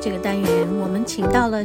这个单元，我们请到了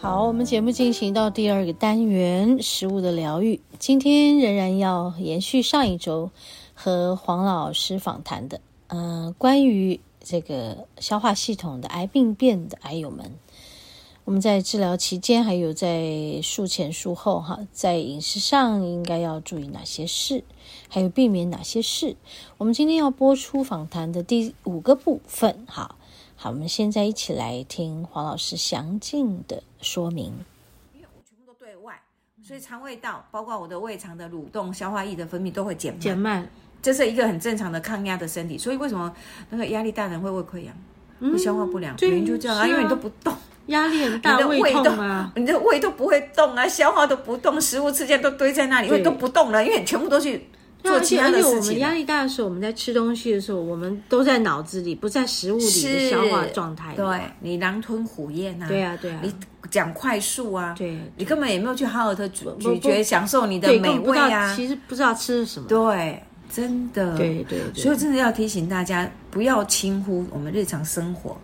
好，我们节目进行到第二个单元——食物的疗愈。今天仍然要延续上一周和黄老师访谈的，呃，关于这个消化系统的癌病变的癌友们，我们在治疗期间，还有在术前术后，哈，在饮食上应该要注意哪些事，还有避免哪些事。我们今天要播出访谈的第五个部分，哈。好，我们现在一起来听黄老师详尽的说明。因为我全部都对外，所以肠胃道包括我的胃肠的蠕动、消化液的分泌都会减慢，减慢，这是一个很正常的抗压的身体。所以为什么那个压力大的人会胃溃疡、会消化不良，对原因就这样啊，是因啊为你都不动，压力很你大，的胃痛都啊， 你的胃都不会动啊，消化都不动，食物之间都堆在那里，因为对都不动了，因为你全部都去对做啊而其且他而的且我事们情压了。力大的时候，我们在吃东西的时候，我们都在脑子里，不在食物里的是消化状态里。对你狼吞虎咽啊，对啊，对啊，你讲快速啊，对你根本也没有去好好的咀不咀不嚼，享受你的对，根美本不味知道，啊，其实不知道吃什么。对，真的，对对对，所以真的要提醒大家，不要轻忽我们日常生活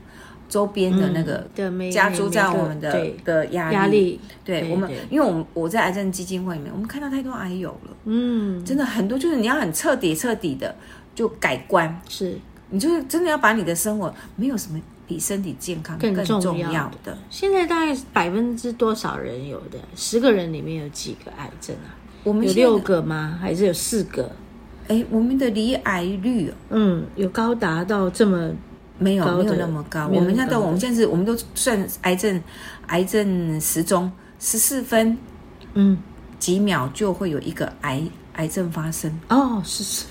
周边嗯的那个的每加诸在每个我们的对的压力。压，力，对对我们对，因为我们我在癌症基金会里面，我们看到太多癌友了，嗯，真的很多就是你要很彻底彻底的就改观，是你就是真的要把你的生活没有什么比身体健康更更重重要要的。现在大概百分之多少人有的？十个人里面有几个癌症啊？我们有现在六，个吗？还是有四个？哎，我们的离癌率哦嗯，有高达到这么没有高的没有那么高，没有我们那现么在高我们的现在是我们都算癌症癌症时钟十四分嗯几秒就会有一个癌癌症发生，哦十四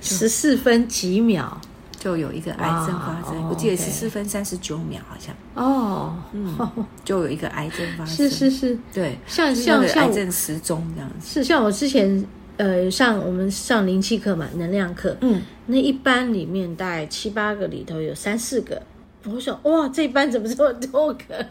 十四分几秒就有一个癌症发生。哇哦我记得对十四分三十九秒好像，哦，嗯，就有一个癌症发生。是是，是，对，像就是那像个像癌我症时钟这样子。是像我之前呃上我们上灵气课嘛，能量课，嗯，那一班里面大概七八个里头有三四个，我想哇这一班怎么这么多个？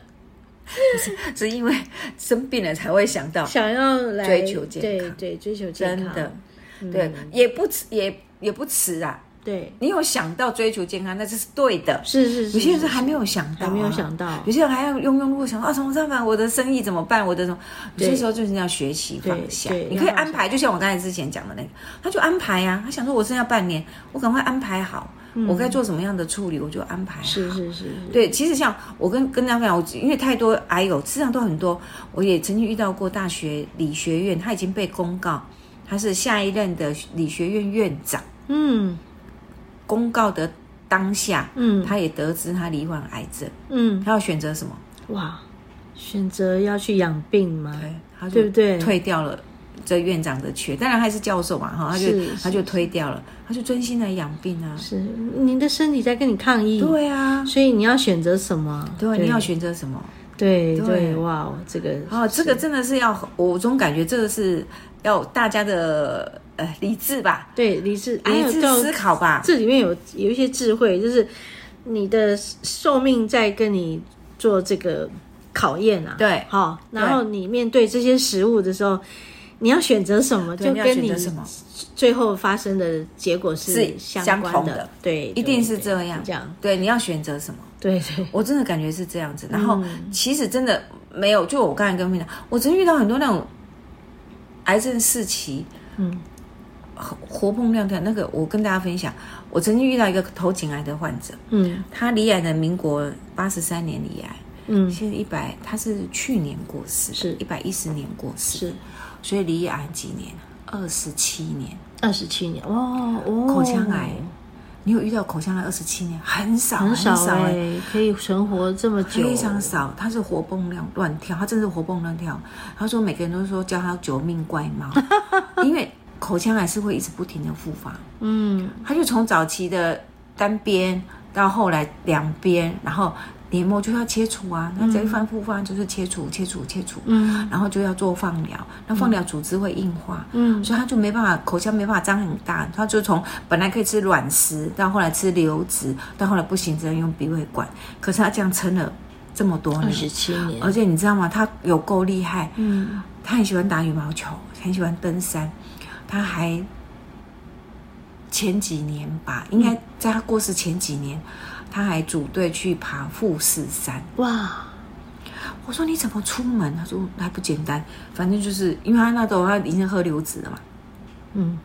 是因为生病了才会想到，想要来追求健对康对追求健真康，嗯的，对，也不迟也也不迟啊。对你有想到追求健康，那这是对的。是是是，有些人是还没有想到、啊，还没有想到有些人还要庸庸碌碌想到啊，怎么办法？我的生意怎么办？我的什么？有对些时候就是要学习放下对对，你可以要放下安排，就像我刚才之前讲的那个，他就安排呀、啊，他想说我剩下半年，我赶快安排好，嗯我该做什么样的处理，我就安排好。是是是是，对，其实像我跟跟大家分享，我因为太多癌友，事实上都很多，我也曾经遇到过大学理学院，他已经被公告，他是下一任的理学院院长，嗯公告的当下，嗯他也得知他罹患癌症，嗯，他要选择什么？哇，选择要去养病吗？对，哎他就对不对退掉了这院长的缺，当然他是教授嘛，哈，他就是他就推掉了，他就专心来养病啊。是您的身体在跟你抗议，，对啊，所以你要选择什么？对，啊你要选择什么？对对对，哇，这个哦，这个真的是要，我总感觉这个是要大家的呃理智吧，对理智，还理有智到思考吧。这里面有有一些智慧，就是你的寿命在跟你做这个考验啊，对好、然后你面对这些食物的时候。你要选择什么，对就你要跟选你择什么最后发生的结果是是相相关同的的，对，一定对是对这样这样，对，你要选择什么？对对，我真的感觉是这样子。然后嗯其实真的没有，就我刚才跟你讲，我真遇到很多那种癌症四期，嗯，活蹦乱跳。那个我跟大家分享，我曾经遇到一个头颈癌的患者，嗯他罹癌的民国八十三年罹癌，嗯，现在一百，他是去年过世，是一百一十年过世，是所以离癌几年？二十七年。二十七年哦哦，口腔癌，你有遇到口腔癌二十七年？很少，很少哎、哎、可以存活这么久，非常少，他是活蹦乱乱跳，他真是活蹦乱跳。他说每个人都说叫他九命怪猫， 因为口腔癌是会一直不停的复发，嗯他就从早期的单边到后来两边，然后黏膜就要切除啊，那再反复放就是切除、切除、切除，嗯然后就要做放疗，那放疗组织会硬化，嗯所以他就没办法，口腔没办法张很大，他就从本来可以吃软食，到后来吃流质，到后来不行，只能用鼻胃管。可是他这样撑了这么多二年，十七年，而且你知道吗？他有够厉害，嗯他很喜欢打羽毛球，很喜欢登山，他还前几年吧，应该在他过世前几年，他还组队去爬富士山。哇，我说你怎么出门？他说还不简单，反正就是因为他那时候他已经喝流质了嘛，嗯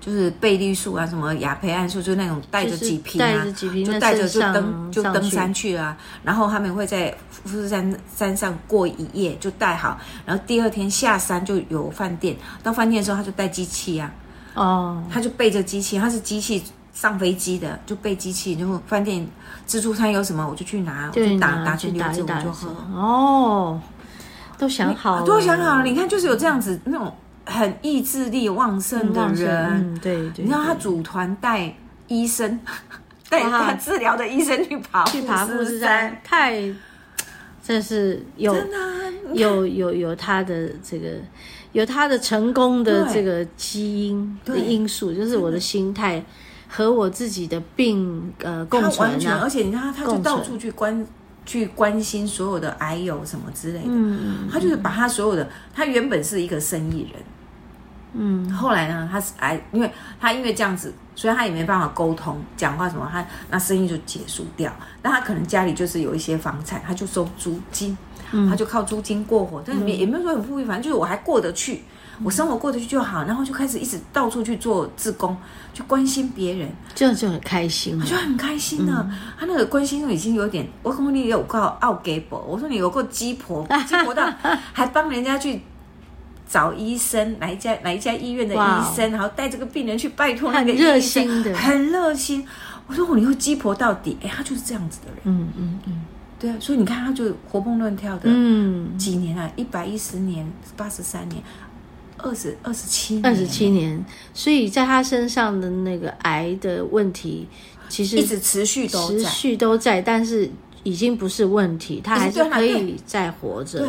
就是贝利素啊，什么雅培胺素，就是那种带着几瓶啊就是带着几，瓶就带着就在身上登就上去登山去啊。然后他们会在富士山山上过一夜，就带好。然后第二天下山就有饭店，到饭店的时候他就带机器啊，哦，他就背着机器，他是机器上飞机的，就背机器。然后饭店自助餐有什么我就去拿，我就打拿打去成流打质一我打就一喝。打哦，都想好欸了，都啊想好了，你看就是有这样子那种很意志力旺盛的旺盛人，嗯，对对，你知道他对组团带医生，带哇他治疗的医生去爬去爬富士山山，，太真是有真的啊、你有有有他的这个，有他的成功的对这个基因的对因素，就是我的心态和我自己的病呃共他完存全，啊而，且你看他，他就共存到处去关去关心所有的癌友什么之类的，嗯他就是把他所有的，他原本是一个生意人，嗯后来呢，他是癌，因为他因为这样子，所以他也没办法沟通讲话什么，他那生意就结束掉。那他可能家里就是有一些房产，他就收租金，嗯他就靠租金过活，但也也没有说很富裕，反正就是我还过得去，我生活过得去就好。然后就开始一直到处去做志工，去关心别人，这样就很开心我了就，很开心呢。嗯他那个关心度已经有点，我跟你有够傲给博，我说你有够鸡 婆，鸡婆到还帮人家去。找医生，哪一家哪一家医院的哇哦医生，然后带这个病人去拜托那很个医热生心的很热心。我说我你会鸡婆到底，哎，他就是这样子的人，嗯嗯嗯对啊，所以你看他就活蹦乱跳的，嗯，几年啊？一百一十年、八十三年、二十二十七、二十七年，所以在他身上的那个癌的问题，其实一直持续都持在。续都在，但是已经不是问题，他可还是是对他可以再活着对。，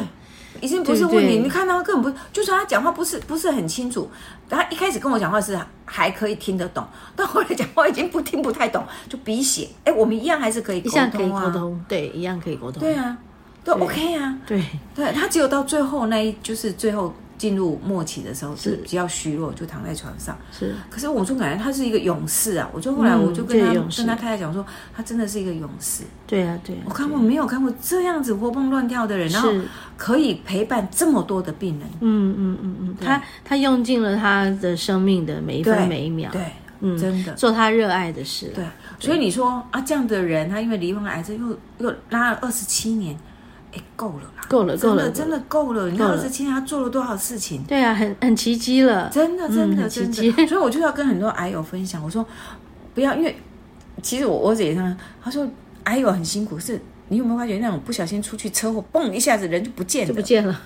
已经不是问对你，对你看他根本不，就算他讲话不是不是很清楚，他一开始跟我讲话是还可以听得懂，到后来讲话已经不听不太懂，就鼻血。哎，我们一样还是可以一沟通啊，样可以沟通，对，一样可以沟通，对啊，都 OK 啊。对，对他只有到最后那一，就是最后进入末期的时候，就是比较虚弱，就躺在床上。是，可是我就感觉他是一个勇士啊！我就后来嗯我就跟他、这个勇士跟他太太讲说，他真的是一个勇士。对啊，对啊，我看过没有看过这样子活蹦乱跳的人，然后是可以陪伴这么多的病人，嗯嗯嗯嗯，对他他用尽了他的生命的每一对分每一秒，对，嗯真的做他热爱的事，对。所以你说啊，这样的人他因为罹患癌症又又拉了二十七年，哎，够了啦，够了真够的了真的够了。你看够二了十七年他做了多少事情？对啊，很很奇迹了，真的，真的，很真奇的。迹所以我就要跟很多癌友分享，我说不要，因为其实我我姐她她说癌友很辛苦，是你有没有发觉那种不小心出去车祸，嘣一下子人就不见 就不了。见了，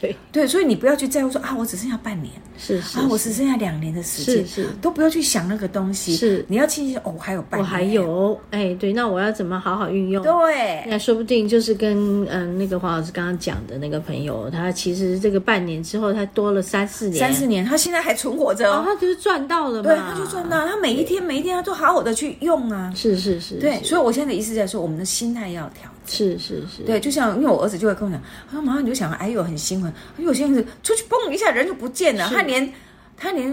对，对，所以你不要去在乎说啊，我只剩下半年是是啊啊，我是只剩下两年的时是间，是都不要去想那个东西。是你要庆幸哦，我还有半我年，还。有，哎，对，那我要怎么好好运用？对，那说不定就是跟嗯、呃那个黄老师刚刚讲的那个朋友，他其实这个半年之后，他多了三四年，三四年，他现在还存活着哦，哦。他就是赚到了嘛，对，他就赚到，他每一天每一天他都好好的去用啊。是是是，对，是所以我现在的意思在说，我们的心态要调整。是是是，对，就像因为我儿子就会跟我讲，他说马上你就想，哎呦很兴奋，因为有些人是出去蹦一下人就不见了，是他连他连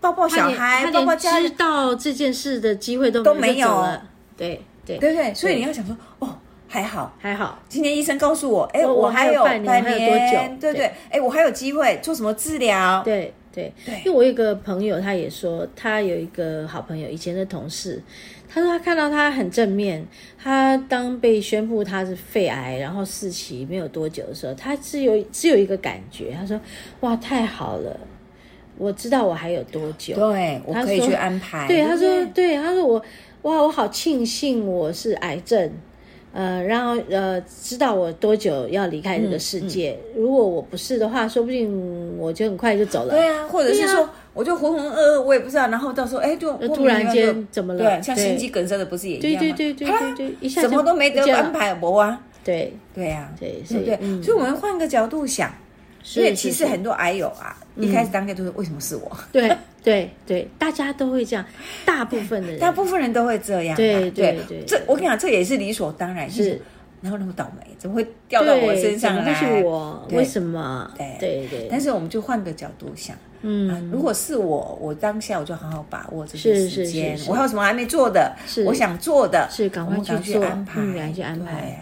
抱抱他小连孩、他抱抱连家知人，道这件事的机会都都没有就走了，对对，对不对？所以对你要想说，哦，还好。还好，今天医生告诉我，哎，我我我还有有半年我还有多久年对对，哎，我还有机会做什么治疗？对对对，因为我有一个朋友，他也说他有一个好朋友，以前的同事，他说他看到他很正面，他当被宣布他是肺癌，然后四期没有多久的时候，他只有只有一个感觉，他说哇太好了，我知道我还有多久，对，我他可以说去安排。对，他不对说，对，他说我，哇，我好庆幸我是癌症，呃，然后呃，知道我多久要离嗯开这个世界。如果我不是的话，说不定我就很快就走了。对啊，或者是对啊说我就浑浑噩噩，我也不知道。然后到时候，哎，就那莫突名然其妙间就怎么了对，像对心肌梗塞的不是也一样对吗？对对对啪对对，一下什么就都没得这样安排，我啊，对对呀、对，对所不以对？嗯所以我们换个角度想，是因为是其是嗯实很多癌友啊，一开始当下都说为什么是我？对对对，大家都会这样，大部分的 人大部分人都会这样啊、对对对这我跟你讲，这也是理所当然。就是是，然后那么倒霉，怎么会掉到我身上来？对怎么会是我，对为什么？对对对，但是我们就换个角度想，啊嗯，如果是我，我当下我就好好把握这个是时是间是，是我还有什么还没做的是，我想做的，是赶快我们去做安排，嗯赶快去安排对啊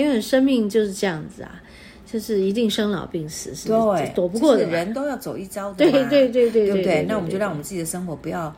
因为生命就是这样子啊，就是一定生老病死，是对，躲不过的就嘛是人都要走一遭的对嘛，对对对对对不对对？那我们就让我们自己的生活不要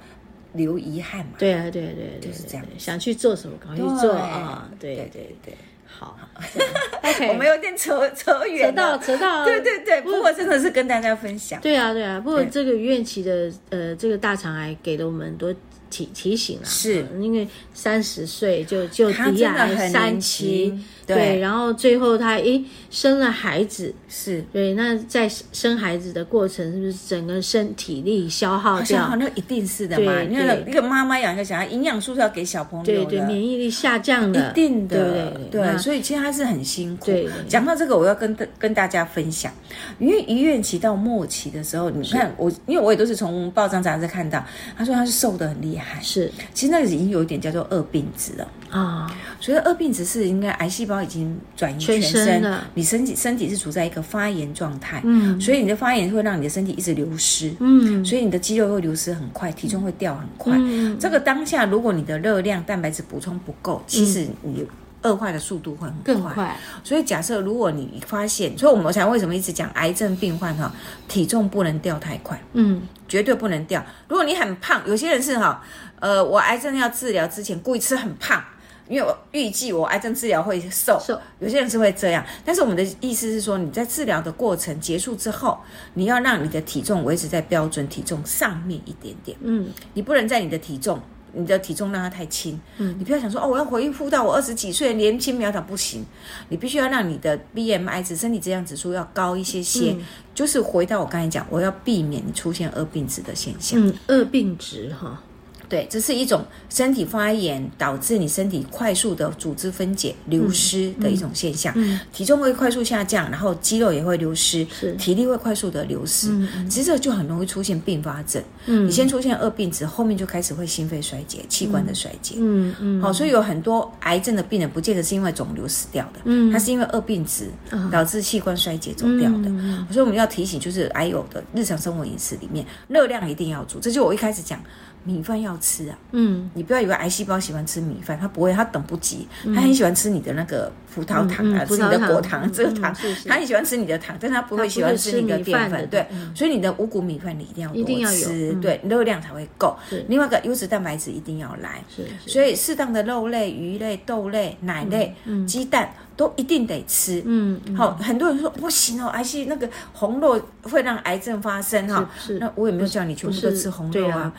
留遗憾嘛，对啊，对啊对啊对啊，就是这样对啊想去做什么，赶快去做啊！对对对对，对， 好这样，OK，我们有点扯扯远扯了到扯 到，对对对，不过真的是跟大家分享，对啊对啊。不过对这个院期的呃，这个大肠癌给了我们很多提提醒啊，是因为三十岁就就他真罹的癌很三年期轻，对，对然后最后他诶生了孩子，是。对，那在生孩子的过程，是不是整个身体力消耗好掉？像好像一定是的对嘛，因为对一个妈妈养一个小孩，营养素是要给小朋友的，对对，免疫力下降了，一定的，对对对那所以其实他是很辛苦对对。讲到这个，我要跟跟大家分享，因为一院期到末期的时候，你看我，因为我也都是从报章杂志看到，他说他是瘦的很厉害，是其实那个已经有一点叫做恶病值了。啊，所以恶病值是应该癌细胞已经转移全全身身，了你身体身体是处在一个发炎状态，嗯所以你的发炎会让你的身体一直流失，嗯所以你的肌肉会流失很快，体重会掉很快。嗯这个当下，如果你的热量、蛋白质补充不够，其实你恶化的速度会很快。嗯更快，所以假设如果你发现，所以我们才为什么一直讲癌症病患哈，体重不能掉太快，嗯，绝对不能掉。如果你很胖，有些人是哈，呃，我癌症要治疗之前故意吃很胖。因为我预计我癌症治疗会瘦，瘦有些人是会这样，但是我们的意思是说，你在治疗的过程结束之后，你要让你的体重维持在标准体重上面一点点。嗯你不能在你的体重，你的体重让它太轻，嗯，你不要想说哦，我要恢复到我二十几岁年轻苗条不行，你必须要让你的 BMI 值身体质量指数要高一些些，嗯就是回到我刚才讲，我要避免你出现恶病值的现象，嗯，恶病值哈，对，这是一种身体发炎导致你身体快速的组织分解流失嗯的一种现象，体重会快速下降，然后肌肉也会流失是，体力会快速的流失，其实这就很容易出现并发症。嗯你先出现恶病值，后面就开始会心肺衰竭、器官的衰竭。嗯嗯，好、所以有很多癌症的病人，不见得是因为肿瘤死掉的，嗯啊它是因为恶病值导致器官衰竭走掉的。嗯啊所以我们要提醒，就是癌友的日常生活饮食里面，热量一定要足。这就我一开始讲，米饭要吃啊，嗯你不要以为癌细胞喜欢吃米饭，它不会，它等不及，它很喜欢吃你的那个葡萄糖嗯啊，嗯吃你葡萄的糖果糖、蔗嗯嗯糖是是，它很喜欢吃你的糖，但它不它会不喜欢会吃吃你的米淀饭的粉。对对，所以你的五谷米饭你一定要一定要多有吃嗯，对，热量才会够是。另外一个优质蛋白质一定要来，是，是所以适当的肉类、鱼类、豆类、奶类、鸡蛋都一定得吃。嗯嗯好，很多人说不行哦，癌细那个红肉会让癌症发生哈是是。那我也没有叫你全部不都是吃红对肉啊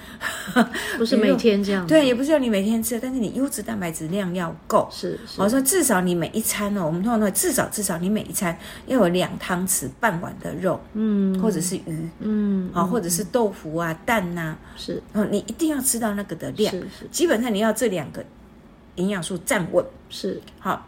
啊， 不是每天这样子，对，也不是要你每天吃，但是你优质蛋白质量要够。是我是，说至少你每一餐哦，我们通常说至少至少你每一餐要有两汤匙半碗的肉，嗯或者是鱼嗯啊，或者是豆腐啊、蛋呐、是啊，你一定要吃到那个的量是。是基本上你要这两个营养素站稳，是嗯好，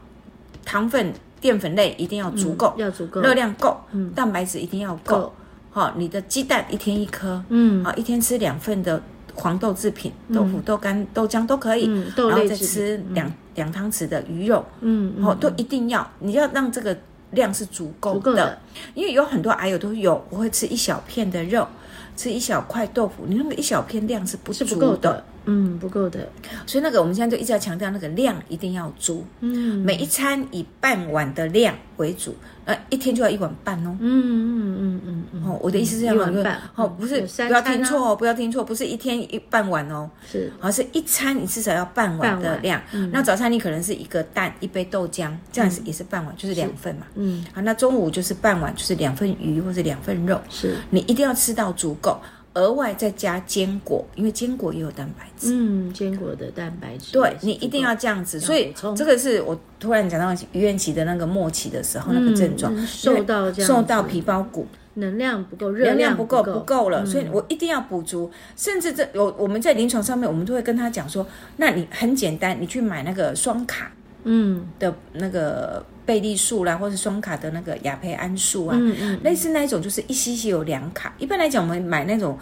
糖分、淀粉类一定要足够，要足够热，量够，嗯蛋白质一定要够够，好，你的鸡蛋一天一颗，嗯啊，一天吃两份的黄豆制品，豆腐、豆干、豆浆都可以，嗯豆然后类再制品吃两、两汤匙的鱼肉，嗯嗯哦，都一定要，你要让这个量是足够足的，够的因为有很多癌友都有，我会吃一小片的肉，吃一小块豆腐，你那个一小片量是不是足不够的，嗯不够的，所以那个我们现在就一直要强调，那个量一定要足，嗯每一餐以半碗的量为主，呃，一天就要一碗半哦。嗯嗯嗯嗯哦，我的意思是这一样碗哦半哦，不是有三不要餐听啊错哦，不要听错，不是一天一半碗哦，是而是一餐你至少要半碗半的碗嗯量。那早餐你可能是一个蛋、一杯豆浆，这样是也是半碗，就是两份嘛。嗯啊，那中午就是半碗，就是两份鱼或者两份肉，是你一定要吃到足够。额外再加坚果，因为坚果也有蛋白质。嗯，坚果的蛋白质，对你一定要这样子，所以补充这个是我突然讲到于愿琪的那个末期的时候那个症状，嗯受到这样子受到皮包骨，能量不够，热能量不不够够嗯不够了，所以我一定要补足。甚至这我我们在临床上面，我们都会跟他讲说，那你很简单，你去买那个双卡嗯的那个贝利素啦，或是双卡的那个亚培胺素啊，嗯嗯，类似那一种就是一 cc 有两卡。一般来讲，我们买那种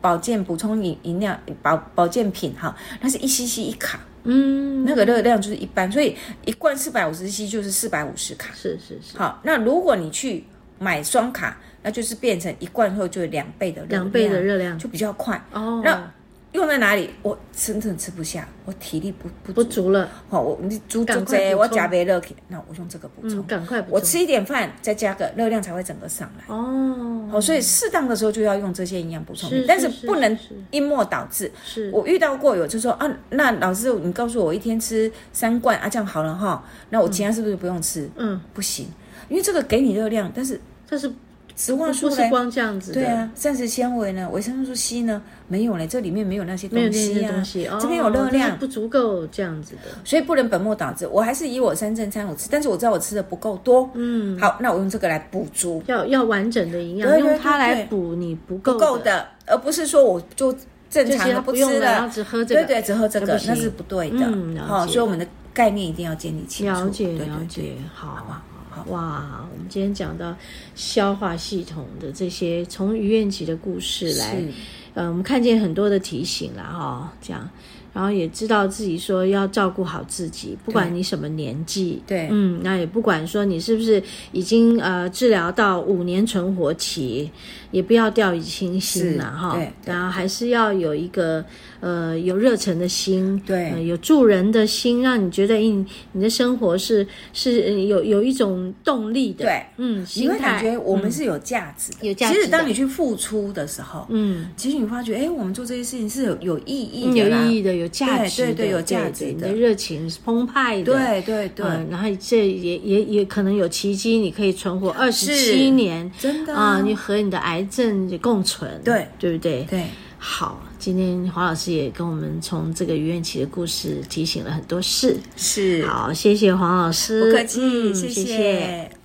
保健补充饮饮料保保健品哈，那是一 cc 一卡。嗯，那个热量就是一般，所以一罐四百五十 cc 就是四百五十卡。是是是，好，那如果你去买双卡，那就是变成一罐后就有两倍的热量两倍的热量就比较快。哦，那用在哪里？我真正吃不下，我体力不不不足。足了，好、我你煮赶煮快这，补我充加杯热气，那我用这个补充。嗯，赶快补我充吃一点饭，再加个热量才会整个上来。哦，好、所以适当的时候就要用这些营养补充品，是但是是是不能是一末倒置。是我遇到过有就说啊，那老师你告诉我一天吃三罐啊，这样好了哈，那我其他是不是不用吃？嗯，不行，因为这个给你热量，但是但是不植不化素是嘞，光这样子的，对啊，膳食纤维呢，维生素 C 呢，没有嘞，这里面没有那些没有东那西些啊东，西，哦这边有热量就是不足够这样子的，所以不能本末倒置。我还是以我三正餐我吃，但是我知道我吃的不够多，嗯，好，那我用这个来补足要要完整的营养，对对用它对来对补你不够不够的，的，而不是说我就正这常些的它不用吃了，然后了，只喝这个，对对，只喝这那个不行那是不对的，嗯了好，解所以我们的概念一定要建立清楚，了解对对了对解，好好不好好哇，我们今天讲到消化系统的这些，从于愿琪的故事来，是呃，我们看见很多的提醒了哈、这样，然后也知道自己说要照顾好自己，不管你什么年纪，对嗯，那也不管说你是不是已经呃治疗到五年存活期，也不要掉以轻心是了哈、对对然后还是要有一个呃有热忱的心，对呃有助人的心，让你觉得你你的生活是是呃有有一种动力的，对嗯，你心会态嗯感觉我们是有价值的，有价值的其实当你去付出的时候，嗯其实你发觉，哎，我们做这些事情是有有意义嗯的有啦，意义的、有价值的，对对有价值的你的热情是澎湃的，对对对，嗯然后这也也也可能有奇迹，你可以存活二十七是年。真的啊、你和你的癌症共存，对对不对？对，好，今天黄老师也跟我们从这个于愿琪的故事提醒了很多事。是，好，谢谢黄老师，不客气，嗯谢谢谢